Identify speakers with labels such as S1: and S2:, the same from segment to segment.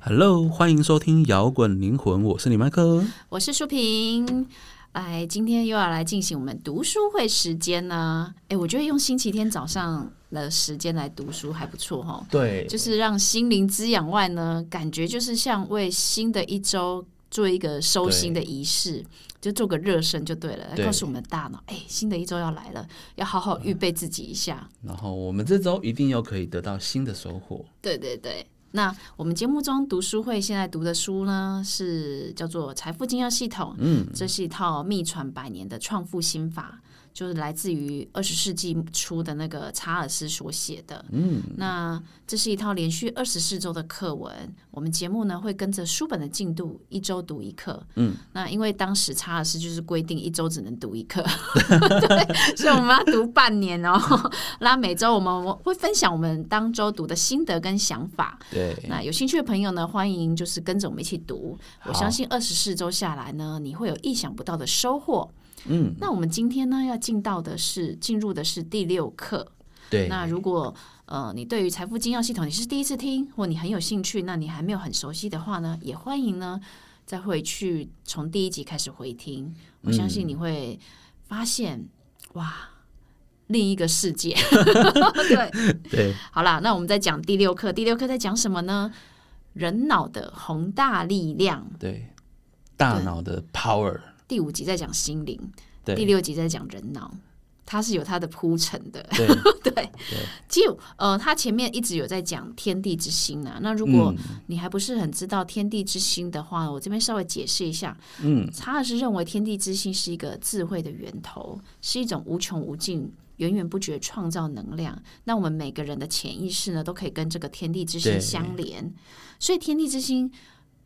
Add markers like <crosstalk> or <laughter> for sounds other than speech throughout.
S1: Hello，欢迎收听摇滚灵魂，我是李麦克。
S2: 我是舒平。哎，今天又要来进行我们读书会时间呢。哎，我觉得用星期天早上的时间来读书还不错哈，
S1: 对
S2: 就是让心灵滋养外呢，感觉就是像为新的一周做一个收心的仪式，就做个热身就对了，来
S1: 对
S2: 告诉我们大脑，哎，新的一周要来了，要好好预备自己一下。
S1: 然后我们这周一定要可以得到新的收获。
S2: 对对对。那我们节目中读书会现在读的书呢，是叫做《财富经要系统》，嗯，这是一套秘传百年的创富心法，就是来自于二十世纪初的那个查尔斯所写的，嗯，那这是一套连续二十四周的课文。我们节目呢会跟着书本的进度，一周读一课，嗯，那因为当时查尔斯就是规定一周只能读一课， <laughs> 对，所以我们要读半年哦。那每周我们会分享我们当周读的心得跟想法。
S1: 对，
S2: 那有兴趣的朋友呢，欢迎就是跟着我们一起读。
S1: 好
S2: 我相信二十四周下来呢，你会有意想不到的收获。嗯，那我们今天呢要进到的是进入的是第六课。
S1: 对，
S2: 那如果呃你对于财富精要系统你是第一次听，或你很有兴趣，那你还没有很熟悉的话呢，也欢迎呢再回去从第一集开始回听。我相
S1: 嗯
S2: 信你会发现、哇，另一个世界。对，
S1: 对，
S2: 好啦，那我们再讲第六课。第六课在讲什么呢？人脑的宏大力量。
S1: 对，大脑的 power，
S2: 第五集在讲心灵，
S1: 对，
S2: 第六集在讲人脑，它是有它的铺陈的。
S1: 对， <laughs>
S2: 对，其实呃，他前面一直有在讲天地之心啊。那如
S1: 嗯
S2: 果你还不是很知道天地之心的话，我这边稍微解释一下。嗯，查尔斯认为天地之心是一个智慧的源头，是一种无穷无尽。源源不绝创造能量，那我们每个人的潜意识呢，都可以跟这个天地之
S1: 对
S2: 心相连。所以天地之心，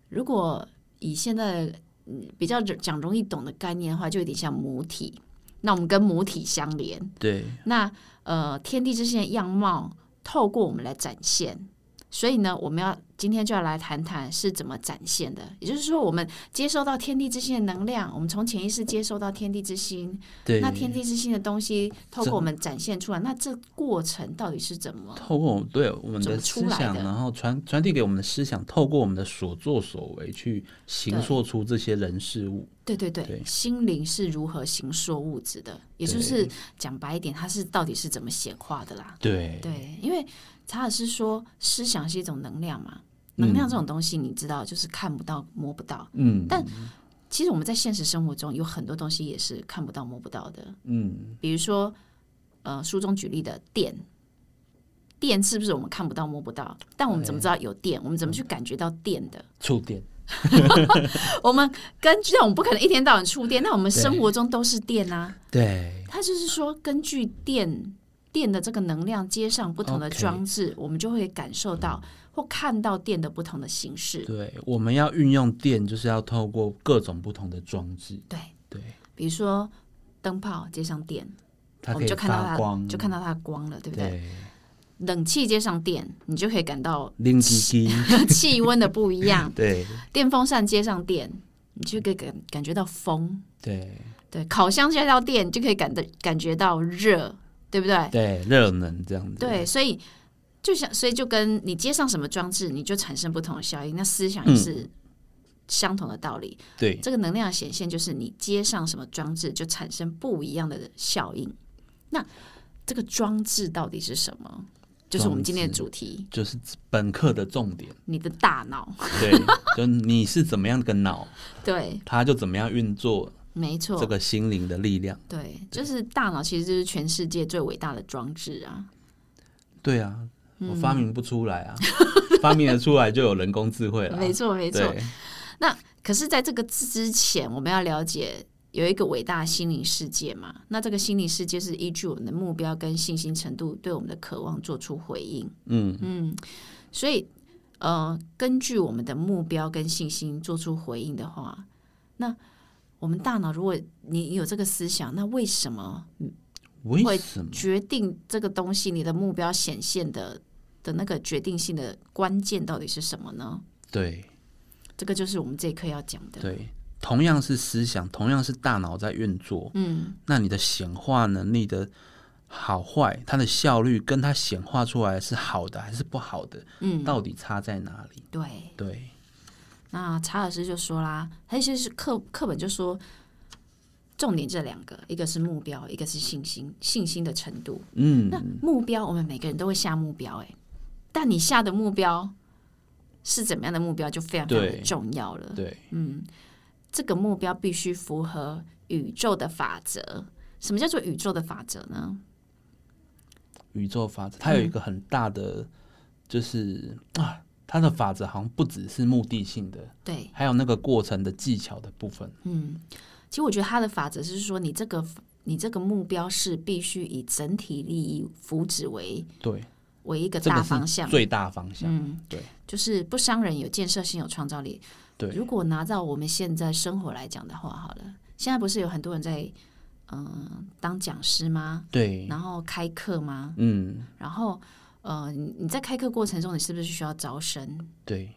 S2: 如果以现在嗯比较讲容易懂的概念的话，就有点像母体。那我们跟母体相连，
S1: 对，
S2: 那呃，天地之间的样貌透过我们来展现。所以呢，我们要今天就要来谈谈是怎么展现的。也就是说，我们接收到天地之心的能量，我们从潜意识接收到天地之心，
S1: 对。
S2: 那天地之心的东西透过我们展现出来，那这过程到底是怎么？
S1: 透过我们对我们
S2: 怎
S1: 的
S2: 么出
S1: 思
S2: 来
S1: 想，
S2: 的
S1: 然后传传递给我们的思想，透过我们的所作所为去形塑出这些人事物。
S2: 对对对，
S1: 对
S2: 心灵是如何形塑物质的？也就是讲白一点，它是到底是怎么显化的啦？
S1: 对，
S2: 对，因为查尔斯说，思想是一种能量嘛，能量这种东西，你知道，就是看不到、摸不到。
S1: 嗯，
S2: 但其实我们在现实生活中有很多东西也是看不到、摸不到的，
S1: 嗯，
S2: 比如说，呃，书中举例的电，电是不是我们看不到、摸不到？但我们怎么知道有电？我们怎么去感觉到电的？
S1: 触电，
S2: 我们根据，但我们不可能一天到晚触电，那我们生活中都是电啊。
S1: 对，
S2: 它就是说，根据电电的这个能量接上不同的
S1: OK
S2: 装置我们就会感受到或看到电的不同的形式。
S1: 对，我们要运用电，就是要透过各种不同的装置，
S2: 对，
S1: 对，
S2: 比如说灯泡接上电，
S1: 它
S2: 我
S1: 可
S2: 们
S1: 以
S2: 就看到
S1: 发光，
S2: 它就看到它的光了，对不对？
S1: 对，
S2: 冷气接上电，你就可以感到嗯
S1: 零机机，
S2: <laughs> 气温的不一
S1: <laughs>
S2: 样；
S1: 对
S2: 电风扇接上电，你就可以感感觉到风；
S1: 对
S2: 对，烤箱接到电，你就可以感的感觉到热，对不对？
S1: 对，热能这样子，
S2: 对，所以就像，所以就跟你接上什么装置，你就产生不同的效应。那思想也是相同的道理。
S1: 嗯对
S2: 这个能量的显现就是你接上什么装置，就产生不一样的效应。那这个装置到底是什么？就是我们今天的主题，
S1: 就是本课的重点，
S2: 你的大脑。
S1: 对，
S2: <laughs>
S1: 就你是怎么样的脑，
S2: 对，
S1: 它就怎么样运作
S2: 没错，
S1: 这个心灵的力量。
S2: 对，就是大脑，其实就是全世界最伟大的装置啊。
S1: 对啊，
S2: 嗯
S1: 我发明不出来啊， <laughs> 发明得出来就有人工智慧了。啊
S2: 没错，没错。
S1: 对
S2: 可是，在这个之之前，我们要了解有一个伟大的心灵世界嘛？那这个心灵世界是依据我们的目标跟信心程度对我们的渴望做出回应。
S1: 嗯
S2: 嗯，所以呃，根据我们的目标跟信心做出回应的话，那我们大脑如果你有这个思想，那为什么
S1: 为什么？
S2: 决定这个东西你的目标显现的的那个决定性的关键到底是什么呢？
S1: 对
S2: 这个就是我们这一课要讲的。
S1: 对，同样是思想，同样是大脑在运作，
S2: 嗯，
S1: 那你的显化能力的好坏，它的效率跟它显化出来是好的还是不好的，
S2: 嗯，
S1: 到底差在哪里？
S2: 对。
S1: 对，
S2: 那查尔斯就说啦，他就是课课本就说，重点这两个，一个是目标，一个是信心，信心的程度。
S1: 嗯，
S2: 那目标，我们每个人都会下目标、欸，但你下的目标是怎么样的目标，就非常非常的
S1: 对
S2: 重要了。
S1: 对，
S2: 这个目标必须符合宇宙的法则。什么叫做宇宙的法则呢？
S1: 宇宙法则，它有一个很大的，就是啊，它的法则好像不只是目的性的，
S2: 对，
S1: 还有那个过程的技巧的部分。
S2: 嗯，其实我觉得它的法则是说，你这个你这个目标是必须以整体利益福祉为
S1: 对，
S2: 为一个
S1: 这
S2: 大
S1: 个
S2: 方向
S1: 是。最大方向。
S2: 嗯，
S1: 对，
S2: 就是不伤人、有建设性、有创造力。
S1: 对
S2: 如果拿到我们现在生活来讲的话，好了，现在不是有很多人在嗯、当讲师吗？
S1: 对，
S2: 然后开课吗？
S1: 嗯，
S2: 然后呃，你你在开课过程中，你是不是需要招生？
S1: 对，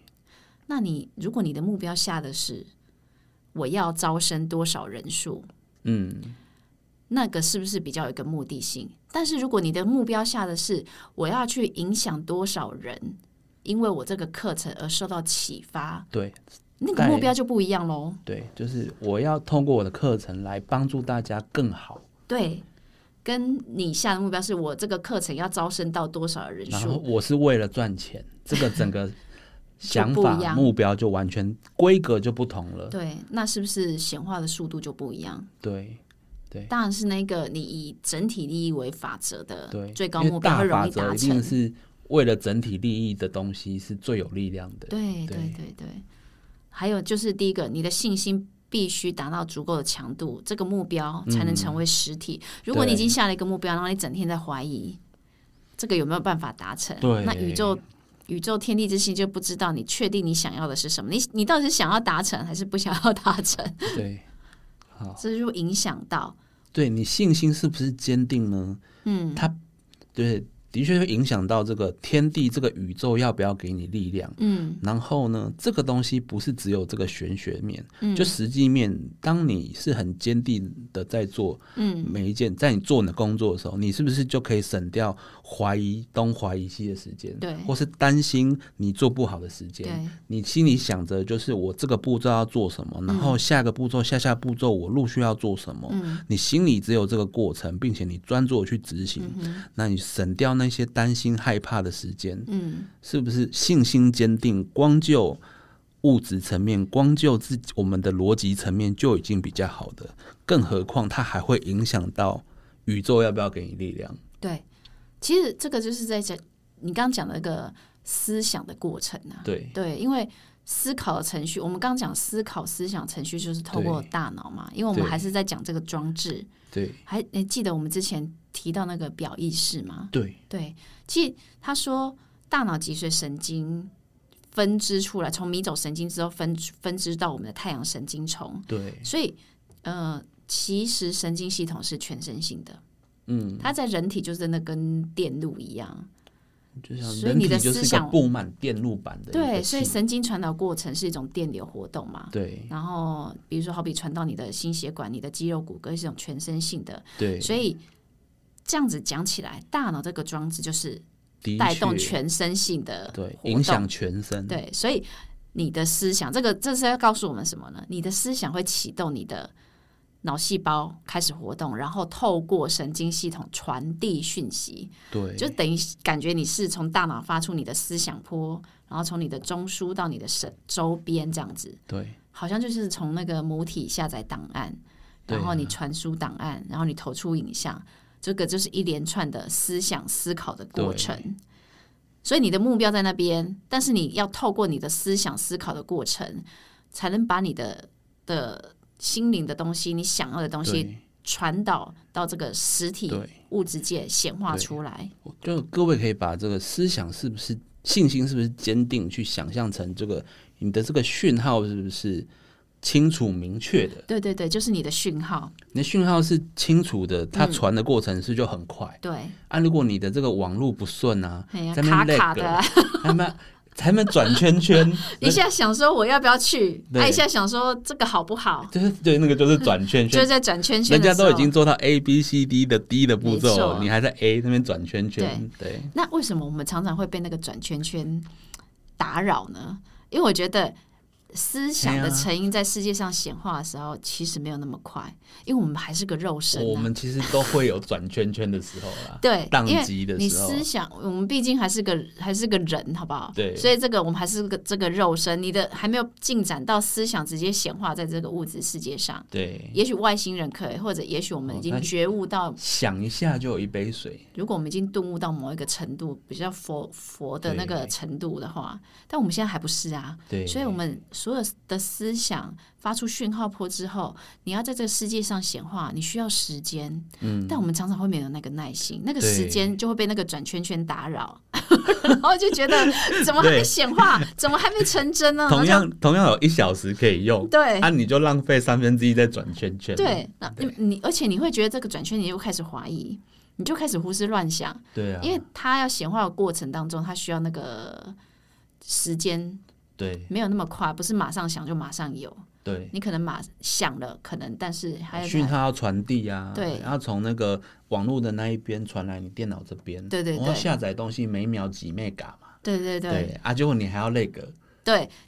S2: 那你如果你的目标下的是我要招生多少人数，
S1: 嗯，
S2: 那个是不是比较有一个目的性？但是如果你的目标下的是我要去影响多少人，因为我这个课程而受到启发，
S1: 对，
S2: 那个目标就不一样喽。
S1: 对，就是我要通过我的课程来帮助大家更好，
S2: 对，跟你下的目标是我这个课程要招生到多少人
S1: 然后
S2: 数，
S1: 我是为了赚钱，这个整
S2: <laughs>
S1: 个想
S2: 就不一
S1: 法
S2: 样
S1: 目标就完全规格就不同了。
S2: 对，那是不是显化的速度就不一样？
S1: 对，对
S2: 当然是那个你以整体利益为法则的
S1: 对，
S2: 最高
S1: 因为
S2: 目标会
S1: 大
S2: 容
S1: 法
S2: 易达
S1: 则一
S2: 成
S1: 定。是为了整体利益的东西是最有力量的。
S2: 对
S1: 对
S2: 对对对，还有就是第一个，你的信心必须达到足够的强度，这个目标
S1: 嗯
S2: 才能成为实体。如果你已经下了一个目标，然后你整天在怀疑这个有没有办法达成，
S1: 对
S2: 那宇宙。宇宙天地之心就不知道你确定你想要的是什么，你你到底是想要达成还是不想要达成，
S1: 对，好，
S2: 这就影响到
S1: 对你信心是不是坚定呢？
S2: 嗯，
S1: 它对，的确会影响到这个天地、这个宇宙要不要给你力量。
S2: 嗯
S1: 然后呢，这个东西不是只有这个玄学面，
S2: 嗯
S1: 就实际面，当你是很坚定的在做
S2: 嗯
S1: 每一件，在你做你的工作的时候，你是不是就可以省掉怀疑东怀疑西的时间，
S2: 对
S1: 或是担心你做不好的时间，
S2: 对
S1: 你心里想着就是我这个步骤要做什么，然后下个步骤、下下步骤我陆续要做什么。
S2: 嗯
S1: 你心里只有这个过程，并且你专注地去执行，
S2: 嗯
S1: 那你省掉那些担心害怕的时间，
S2: 嗯
S1: 是不是信心坚定？光就物质层面，光就自己我们的逻辑层面就已经比较好的，更何况它还会影响到宇宙要不要给你力量？
S2: 对，其实这个就是在讲你刚刚讲的那个思想的过程啊，
S1: 对
S2: 对，因为思考的程序，我们刚刚讲思考思想程序就是透过
S1: 对
S2: 大脑嘛，因为我们
S1: 对
S2: 还是在讲这个装置，
S1: 对
S2: 还你记得我们之前提到那个表意识吗？
S1: 对
S2: 对，其实他说大脑脊髓神经分支出来，从迷走神经之后分分支到我们的太阳神经丛，
S1: 对，
S2: 所以呃，其实神经系统是全身性的，
S1: 嗯，
S2: 它在人体就是那根电路一样，
S1: 就像
S2: 所以
S1: 人
S2: 你
S1: 体
S2: 的
S1: 就是
S2: 思
S1: 一个
S2: 想
S1: 布满电路板的一个
S2: 对，所以
S1: 器
S2: 神经传导过程是一种电流活动嘛，
S1: 对
S2: 然后比如说好比传到你的心血管、你的肌肉、骨骼是一种全身性的，
S1: 对，
S2: 所以这样子讲起来，大脑这个装置就是
S1: 的
S2: 带动
S1: 确
S2: 全身性的
S1: 对
S2: 活
S1: 影响
S2: 动
S1: 全身，
S2: 对，所以你的思想，这个这是要告诉我们什么呢？你的思想会启动你的脑细胞开始活动，然后透过神经系统传递讯息，
S1: 对
S2: 就等于感觉你是从大脑发出你的思想波，然后从你的中枢到你的神周边这样子。
S1: 对
S2: 好像就是从那个母体下载档案，
S1: 对啊
S2: 然后你传输档案，然后你投出影像，这个就是一连串的思想思考的过程。所以你的目标在那边，但是你要透过你的思想思考的过程，才能把你的的心灵的东西、你想要的东西
S1: 对
S2: 传导到这个实体
S1: 对。
S2: 物质界显化
S1: 对
S2: 出来。
S1: 就各位可以把这个思想是不是信心是不是坚定，去想象成这个你的这个讯号是不是清楚明确的？
S2: 对对对，就是你的讯号。
S1: 你的讯号是清楚的，它
S2: 嗯
S1: 传的过程是就很快、
S2: 对，
S1: 啊。如果你的这个网络不顺啊，
S2: 哎呀，
S1: 在
S2: 卡
S1: 那边
S2: 卡
S1: lag，
S2: 的啊，
S1: 那么他们转圈
S2: <laughs>
S1: 圈，
S2: 一下想说我要不要去，
S1: 对
S2: 啊，一下想说这个好不好，
S1: 就是对那个就是转圈
S2: 就是
S1: 圈，
S2: 在转圈圈
S1: 人
S2: 的时
S1: 家
S2: 候。
S1: 都已经做到 A B C D 的 D 的步
S2: 没
S1: 骤，
S2: 错
S1: 你还在 A 那边转圈圈，对，
S2: 那为什么我们常常会被那个转圈圈打扰呢？因为我觉得思想
S1: 对
S2: 的
S1: 啊
S2: 成因在世界上显化的时候，其实没有那么快，因为我们还是个肉身、
S1: 我
S2: 啊。，
S1: 们其实都会有转圈圈的时候啦
S2: <laughs> 对，
S1: 宕
S2: 因为
S1: 机的
S2: 你
S1: 时候
S2: 思想，我们毕竟还是个还是个人，好不好？
S1: 对
S2: 所以这个我们还是个这个肉身，你的还没有进展到思想直接显化在这个物质世界上。
S1: 对，
S2: 也许外星人可以，或者也许我们已
S1: 哦那
S2: 经觉悟到，
S1: 想一下就有一杯水，
S2: 如果我们已经顿悟到某一个程度，比较佛佛的那个
S1: 对
S2: 程度的话，但我们现在还不是啊。
S1: 对，
S2: 所以，我们所有的思想发出讯号波之后，你要在这个世界上显化，你需要时间。嗯，但我们常常会没有那个耐心，那个
S1: 对
S2: 时间就会被那个转圈圈打扰， <laughs> 然后就
S1: <laughs>
S2: 觉得怎么还没
S1: 对
S2: 显化，怎么还没成真
S1: <laughs>
S2: 呢？
S1: 同
S2: 然后
S1: 样同样有一小时可以用
S2: 就，呃对
S1: 啊，你就浪费三分之一在转圈圈，
S2: 对，那你你而且你会觉得这个转圈，你又开始怀疑，你就开始胡思乱想。
S1: 对啊，
S2: 因为它要显化的过程当中，它需要那个时间
S1: 对
S2: 没有那么快，不是马上想就马上有。
S1: 对，
S2: 你可能马想了，可能但是还有
S1: 讯号要传递啊，
S2: 对
S1: 要从那个网络的那一边传来你电脑这边，
S2: 对对
S1: 我要
S2: 对
S1: 下载东西每秒几 mega 嘛，
S2: 对对对对
S1: 啊，结果你还要那个，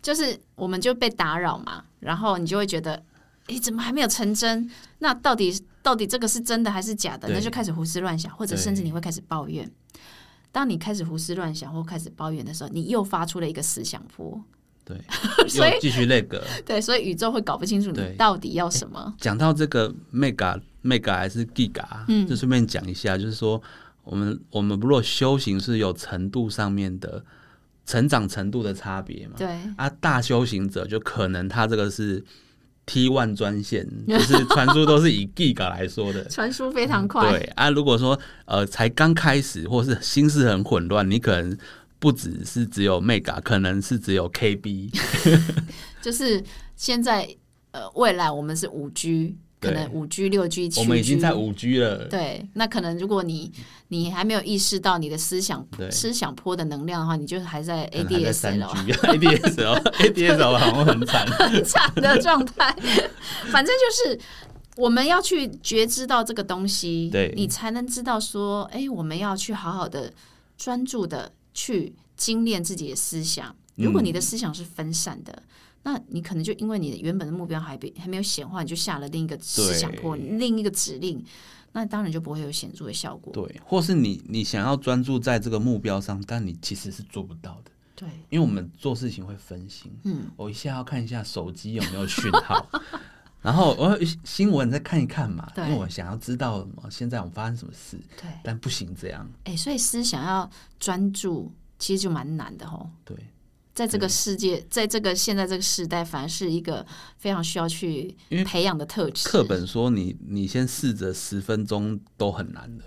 S2: 就是我们就被打扰嘛，然后你就会觉得，诶，怎么还没有成真？那到底到底这个是真的还是假的？
S1: 对
S2: 那就开始胡思乱想，或者
S1: 对
S2: 甚至你会开始抱怨。当你开始胡思乱想或开始抱怨的时候，你又发出了一个思想波， <laughs>
S1: 对，
S2: 所以
S1: 又继续那个。
S2: 对，所以宇宙会搞不清楚
S1: 对
S2: 你到底要什么。
S1: 讲到这个 mega mega 还是 giga，嗯，就顺便讲一下，就是说我们我们如果修行是有程度上面的成长程度的差别嘛，
S2: 对，
S1: 啊，大修行者就可能他这个是 T one 专线，就是传输都是以 giga 来说的，
S2: 传输非常快。
S1: 对啊，如果说呃才刚开始，或是心思很混乱，你可能不只是只有 mega，可能是只有 KB，
S2: 就是现在呃，未来我们是五 G，可能五 G、六 G、七 G，
S1: 我们已经在五 G 了。
S2: 对，那可能如果你你还没有意识到你的思想
S1: 对
S2: 思想波的能量的话，你就是还在
S1: 可能还在三
S2: ADSL <laughs>
S1: <laughs> G，ADSL，ADSL 好像很惨。
S2: 很惨的状态。 <laughs> 反正就是我们要去觉知到这个东
S1: <laughs>
S2: 西，
S1: 对
S2: 你才能知道说，哎、我们要去好好的专注的去精炼自己的思想。如果你
S1: 嗯
S2: 的思想是分散的，那你可能就因为你原本的目标还比还没有显化，你就下了另一个思想破另一个指令，那当然就不会有显著的效果。
S1: 对，或是你你想要专注在这个目标上，但你其实是做不到的，
S2: 对，
S1: 因为我们做事情会分心。嗯，我一下要看一下手机有没有讯号。
S2: <laughs>
S1: 然后我新闻再看一看嘛，因
S2: 对
S1: 为我想要知道什么，现在我们发生什么事，
S2: 对，
S1: 但不行这样，
S2: 哎、所以思想要专注，其实就蛮难的吼。
S1: 对，
S2: 在这个世界，在这个现在这个时代，反而是一个非常需要去
S1: 因为
S2: 培养的特质。
S1: 课本说你你先试着十分钟都很难的，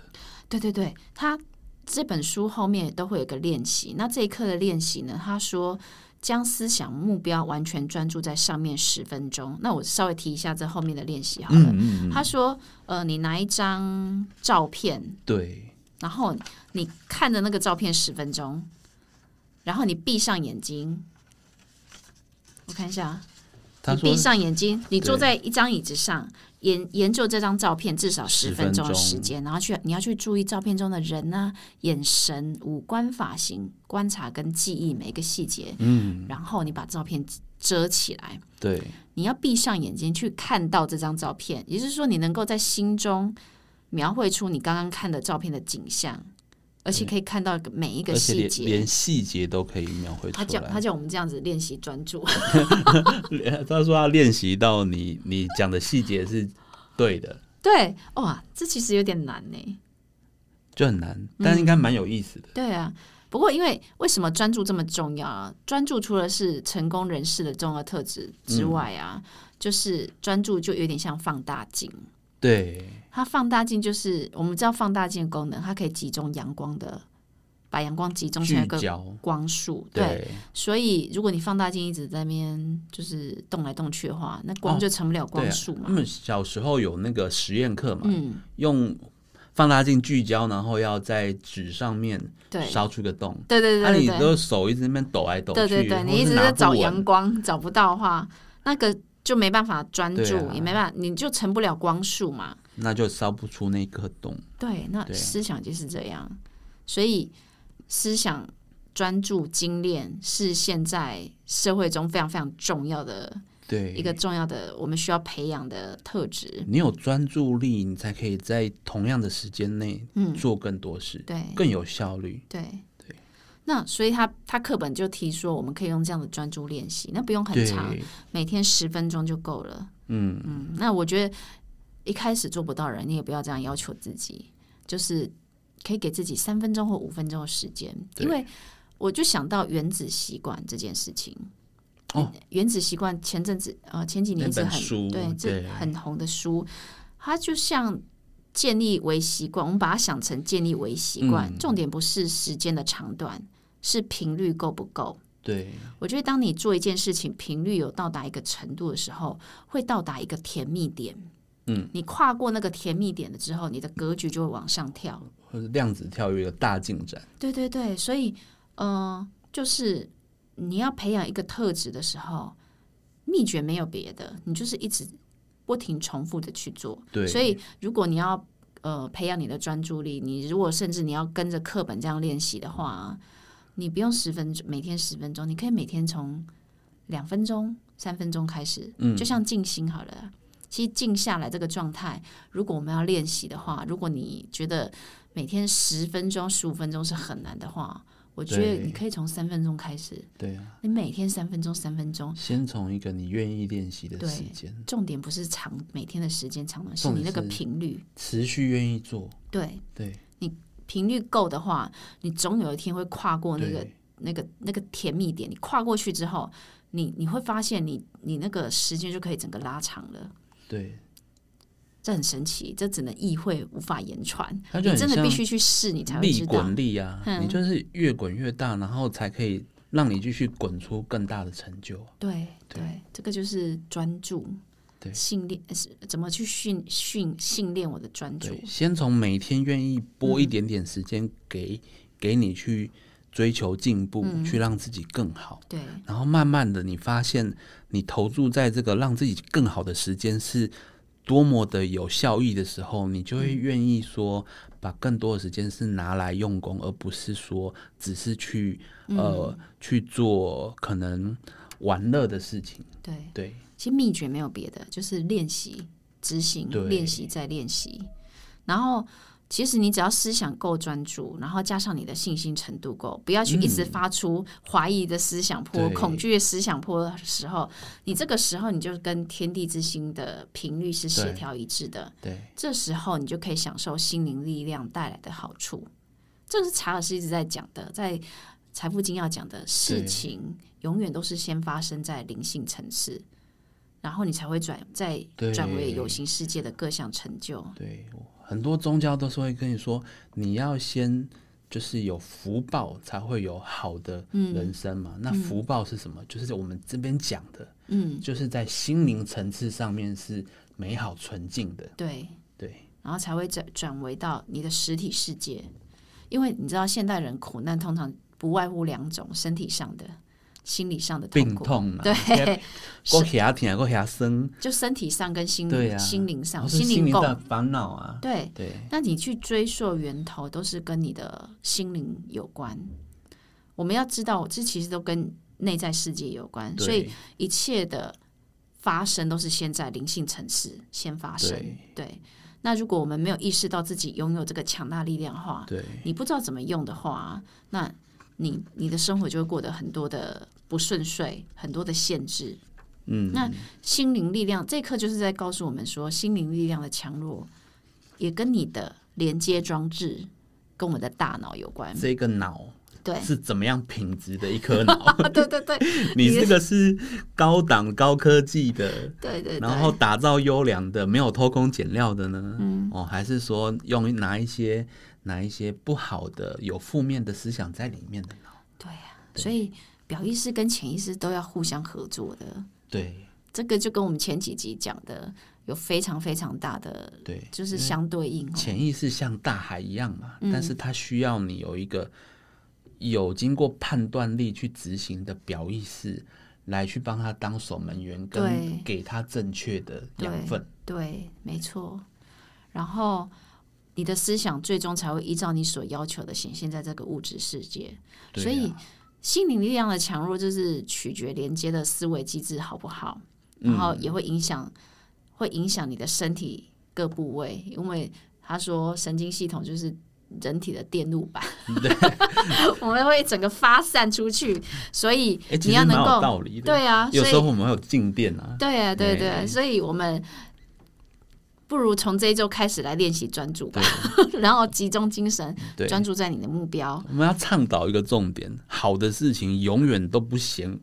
S2: 对对对，他这本书后面都会有一个练习。那这一课的练习呢，他说将思想目标完全专注在上面十分钟。那我稍微提一下这后面的练习好了。
S1: 嗯
S2: 他说，呃，你拿一张照片，
S1: 对，
S2: 然后你看着那个照片十分钟，然后你闭上眼睛，我看一下啊。
S1: 他
S2: 你
S1: 说
S2: 闭上眼睛，你坐
S1: 对
S2: 在一张椅子上，研研究这张照片至少
S1: 10
S2: 十
S1: 分
S2: 分钟的
S1: 钟
S2: 时间，然后去你要去注意照片中的人啊、眼神、五官、发型，观察跟记忆每一个细节。嗯，然后你把照片遮起来，
S1: 对
S2: 你要闭上眼睛去看到这张照片，也就是说，你能够在心中描绘出你刚刚看的照片的景象，而且可以看到每一个
S1: 而且
S2: 细
S1: 连
S2: 节。
S1: 连细节都可以描绘
S2: 他
S1: 出
S2: 叫他
S1: 来。
S2: 叫我们这样子练习专注， <laughs>
S1: <laughs> 他说他练习到你你讲的细节是对的，
S2: 对，哇，这其实有点难呢。
S1: 就很难，
S2: 嗯
S1: 但应该蛮有意思的。
S2: 对啊，不过因为为什么专注这么重要啊？专注除了是成功人士的重要特质之外啊，
S1: 嗯
S2: 就是专注就有点像放大镜。
S1: 对，
S2: 它放大镜就是我们知道放大镜的功能，它可以集中阳光的，把阳光集中成
S1: 聚
S2: 一个
S1: 焦，
S2: 光束。对，
S1: 对啊
S2: 所以如果你放大镜一直在那边就是动来动去的话，那光
S1: 哦
S2: 就成不了
S1: 对
S2: 光
S1: 啊。
S2: 束嘛。
S1: 那么小时候有那个实验课嘛，
S2: 嗯，
S1: 用放大镜聚焦，然后要在纸上面
S2: 对
S1: 烧出个洞。
S2: 对对
S1: 那、
S2: 对
S1: 你
S2: 对对
S1: 都手一直在那边抖来抖去，
S2: 对对对，
S1: 或
S2: 你一
S1: 是
S2: 直
S1: 拿
S2: 在
S1: 不
S2: 找
S1: 稳
S2: 阳光，找不到的话，那个就没办法专
S1: 对
S2: 注，
S1: 啊
S2: 也没办法，你就成不了光束嘛。
S1: 那就烧不出那颗洞。
S2: 对，那
S1: 对啊
S2: 思想就是这样，所以思想专注精炼是现在社会中非常非常重要的
S1: 对，
S2: 一个重要的我们需要培养的特质。
S1: 你有专注力，你才可以在同样的时间内
S2: 嗯，
S1: 做更多事，
S2: 对
S1: 更有效率。
S2: 对
S1: 对。
S2: 那所以他他课本就提说，我们可以用这样的专注练习，那不用很
S1: 对，
S2: 长，每天十分钟就够了。
S1: 嗯，
S2: 嗯，那我觉得一开始做不到的人，你也不要这样要求自己，就是可以给自己三分钟或五分钟的时间，
S1: 对
S2: 因为我就想到原子习惯这件事情。
S1: 哦
S2: 嗯，原子习惯前阵子呃前几
S1: 那
S2: 年一直
S1: 本
S2: 很
S1: 书
S2: 对这
S1: 对
S2: 很红的书，它就像建立为习惯，我们把它想成建立为习惯，
S1: 嗯
S2: 重点不是时间的长短，是频率够不够。
S1: 对，
S2: 我觉得，当你做一件事情频率有到达一个程度的时候，会到达一个甜蜜点。嗯，你跨过那个甜蜜点了之后，你的格局就会往上跳。
S1: 或者量子跳跃的大进展。
S2: 对对对，所以，呃，就是你要培养一个特质的时候，秘诀没有别的，你就是一直不停重复的去做。
S1: 对，
S2: 所以如果你要呃培养你的专注力，你如果甚至你要跟着课本这样练习的话，你不用十分钟，每天十分钟，你可以每天从两分钟、三分钟开始，嗯，就像静心好了。其实静下来这个状态，如果我们要练习的话，如果你觉得每天十分钟、十五分钟是很难的话，我觉得
S1: 对
S2: 你可以从三分钟开始，
S1: 对啊，
S2: 你每天三分钟、三分钟，
S1: 先从一个你愿意练习的
S2: 对
S1: 时间，
S2: 重点不是长每天的时间长短，是
S1: 重
S2: 你
S1: 点
S2: 那个
S1: 是
S2: 频率，
S1: 持续愿意做。
S2: 对，
S1: 对，
S2: 频率够的话，你总有一天会跨过那个
S1: 对，
S2: 那个那个甜蜜点。你跨过去之后，你你会发现你你那个时间就可以整个拉长了。
S1: 对，
S2: 这很神奇，这只能意会，无法言传。
S1: 它就
S2: 你
S1: 很
S2: 真的必
S1: 像
S2: 须去试，你才会
S1: 力
S2: 知道。
S1: 滚力啊，
S2: 嗯
S1: 你就是越滚越大，然后才可以让你继续滚出更大的成就。啊
S2: 对
S1: 对
S2: 对，这个就是专注，
S1: 对
S2: 训练呃是怎么去训训训练我的专注
S1: 对，。先从每天愿意拨一
S2: 嗯
S1: 点点时间给、给你去追求进步，
S2: 嗯
S1: 去让自己更好。
S2: 对
S1: 然后慢慢的，你发现你投注在这个让自己更好的时间是多么的有效益的时候，你就会愿意说，把更多的时间是拿来用功，而不是说只是去呃、去做可能玩乐的事情。
S2: 对，
S1: 对
S2: 其实秘诀没有别的，就是练习、执行
S1: 对、
S2: 练习再练习。然后，其实你只要思想够专注，然后加上你的信心程度够，不要去一直发出怀疑的思想波、
S1: 嗯对
S2: 恐惧的思想波的时候，你这个时候你就跟天地之心的频率是协
S1: 对
S2: 调一致的。
S1: 对
S2: 这时候你就可以享受心灵力量带来的好处。这是查尔斯一直在讲的，在财富经要讲的事情，永远都是先发生在灵性层次，然后你才会转再
S1: 对
S2: 转为有形世界的各项成就。
S1: 对，很多宗教都是会跟你说，你要先。就是有福报才会有好的人生嘛。那福报是什么？就是我们这边讲的，
S2: 嗯，
S1: 就是在心灵层次上面是美好纯净的。
S2: 对，
S1: 对
S2: 然后才会转转为到你的实体世界，因为你知道现代人苦难通常不外乎两种：身体上的、心理上的痛
S1: 病
S2: 苦。
S1: 痛嘛，
S2: 对，
S1: 过遐疼，过遐酸，
S2: 就身体上跟心
S1: 对啊，
S2: 心灵上、
S1: 或是
S2: 灵
S1: 灵
S2: 够
S1: 的烦恼啊，
S2: 对。
S1: 对
S2: 那你去追溯源头，都是跟你的心灵有关。我们要知道，这其实都跟内在世界有关，所以
S1: 对
S2: 一切的发生都是先在灵性层次先发生。
S1: 对
S2: 对，那如果我们没有意识到自己拥有这个强大力量的话，
S1: 对
S2: 你不知道怎么用的话，那你你的生活就会过得很多的不顺遂，很多的限制。
S1: 嗯，
S2: 那心灵力量这一课就是在告诉我们说，心灵力量的强弱也跟你的连接装置跟我们的大脑有关。
S1: 这个脑
S2: 对，
S1: 是怎么样品质的一颗脑？
S2: <laughs>
S1: <laughs>
S2: 对对对
S1: 你
S2: 你
S1: 这个是高档高科技的。
S2: 对对
S1: 然后打造优良的，没有偷工减料的呢？嗯，哦，还是说用拿一些拿一些不好的、有负面的思想在里面的脑？
S2: 对啊，所以表意识跟潜意识都要互相合作的。
S1: 对，
S2: 这个就跟我们前几集讲的有非常非常大的，
S1: 对，
S2: 就是相对应、哦。嗯
S1: 潜意识像大海一样嘛，但是它需要你有一个有经过判断力去执行的表意识，来去帮他当守门员，
S2: 对
S1: 跟给他正确的养分。
S2: 对，没错。然后你的思想最终才会依照你所要求的显现在这个物质世界。
S1: 对
S2: 所以
S1: 啊
S2: 心灵力量的强弱就是取决连接的思维机制好不好，
S1: 嗯
S2: 然后也会影响，会影响你的身体各部位，因为他说神经系统就是。人体的电路
S1: <laughs>
S2: 板，我们会整个发散出去，所以
S1: 哎、其实
S2: 你要
S1: 蛮
S2: 能
S1: 有
S2: 够
S1: 道理的。
S2: 对啊，
S1: 有
S2: 所
S1: 时
S2: 以。
S1: 候我们会有静电啊，
S2: 对啊，对对，
S1: 哎
S2: 所以我们不如从这一周开始来练习专注吧， <laughs> 然后集中精神，
S1: 对。
S2: 专注在你的目标。
S1: 我们要倡导一个重点：好的事情永远都不嫌，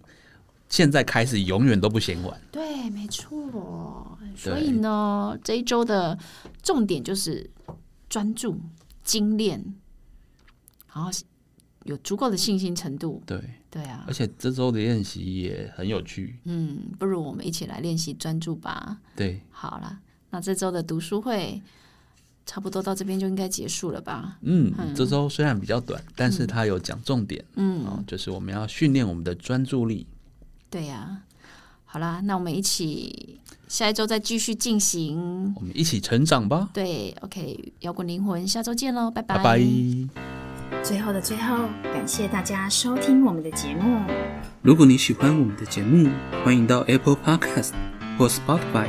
S1: 现在开始永远都不嫌晚。
S2: 对，没错。
S1: 对
S2: 所以呢，这一周的重点就是专注、精炼，然后有足够的信心程度。
S1: 对，
S2: 对啊
S1: 而，且这周的练习也很有趣。
S2: 嗯，不如我们一起来练习专注吧。
S1: 对，
S2: 好啦，那这周的读书会差不多到这边就应该结束了吧？
S1: 嗯，这周虽然比较短，但是它有讲重点
S2: 嗯，
S1: 哦，就是我们要训练我们的专注力。
S2: 对呀、好啦，那我们一起下一周再继续进行。
S1: 我们一起成长吧，
S2: 对，OK，摇滚灵魂，下周见喽，拜
S1: 拜拜。
S3: 最后的最后，感谢大家收听我们的节目。
S1: 如果你喜欢我们的节目，欢迎到 Apple Podcast 或 Spotify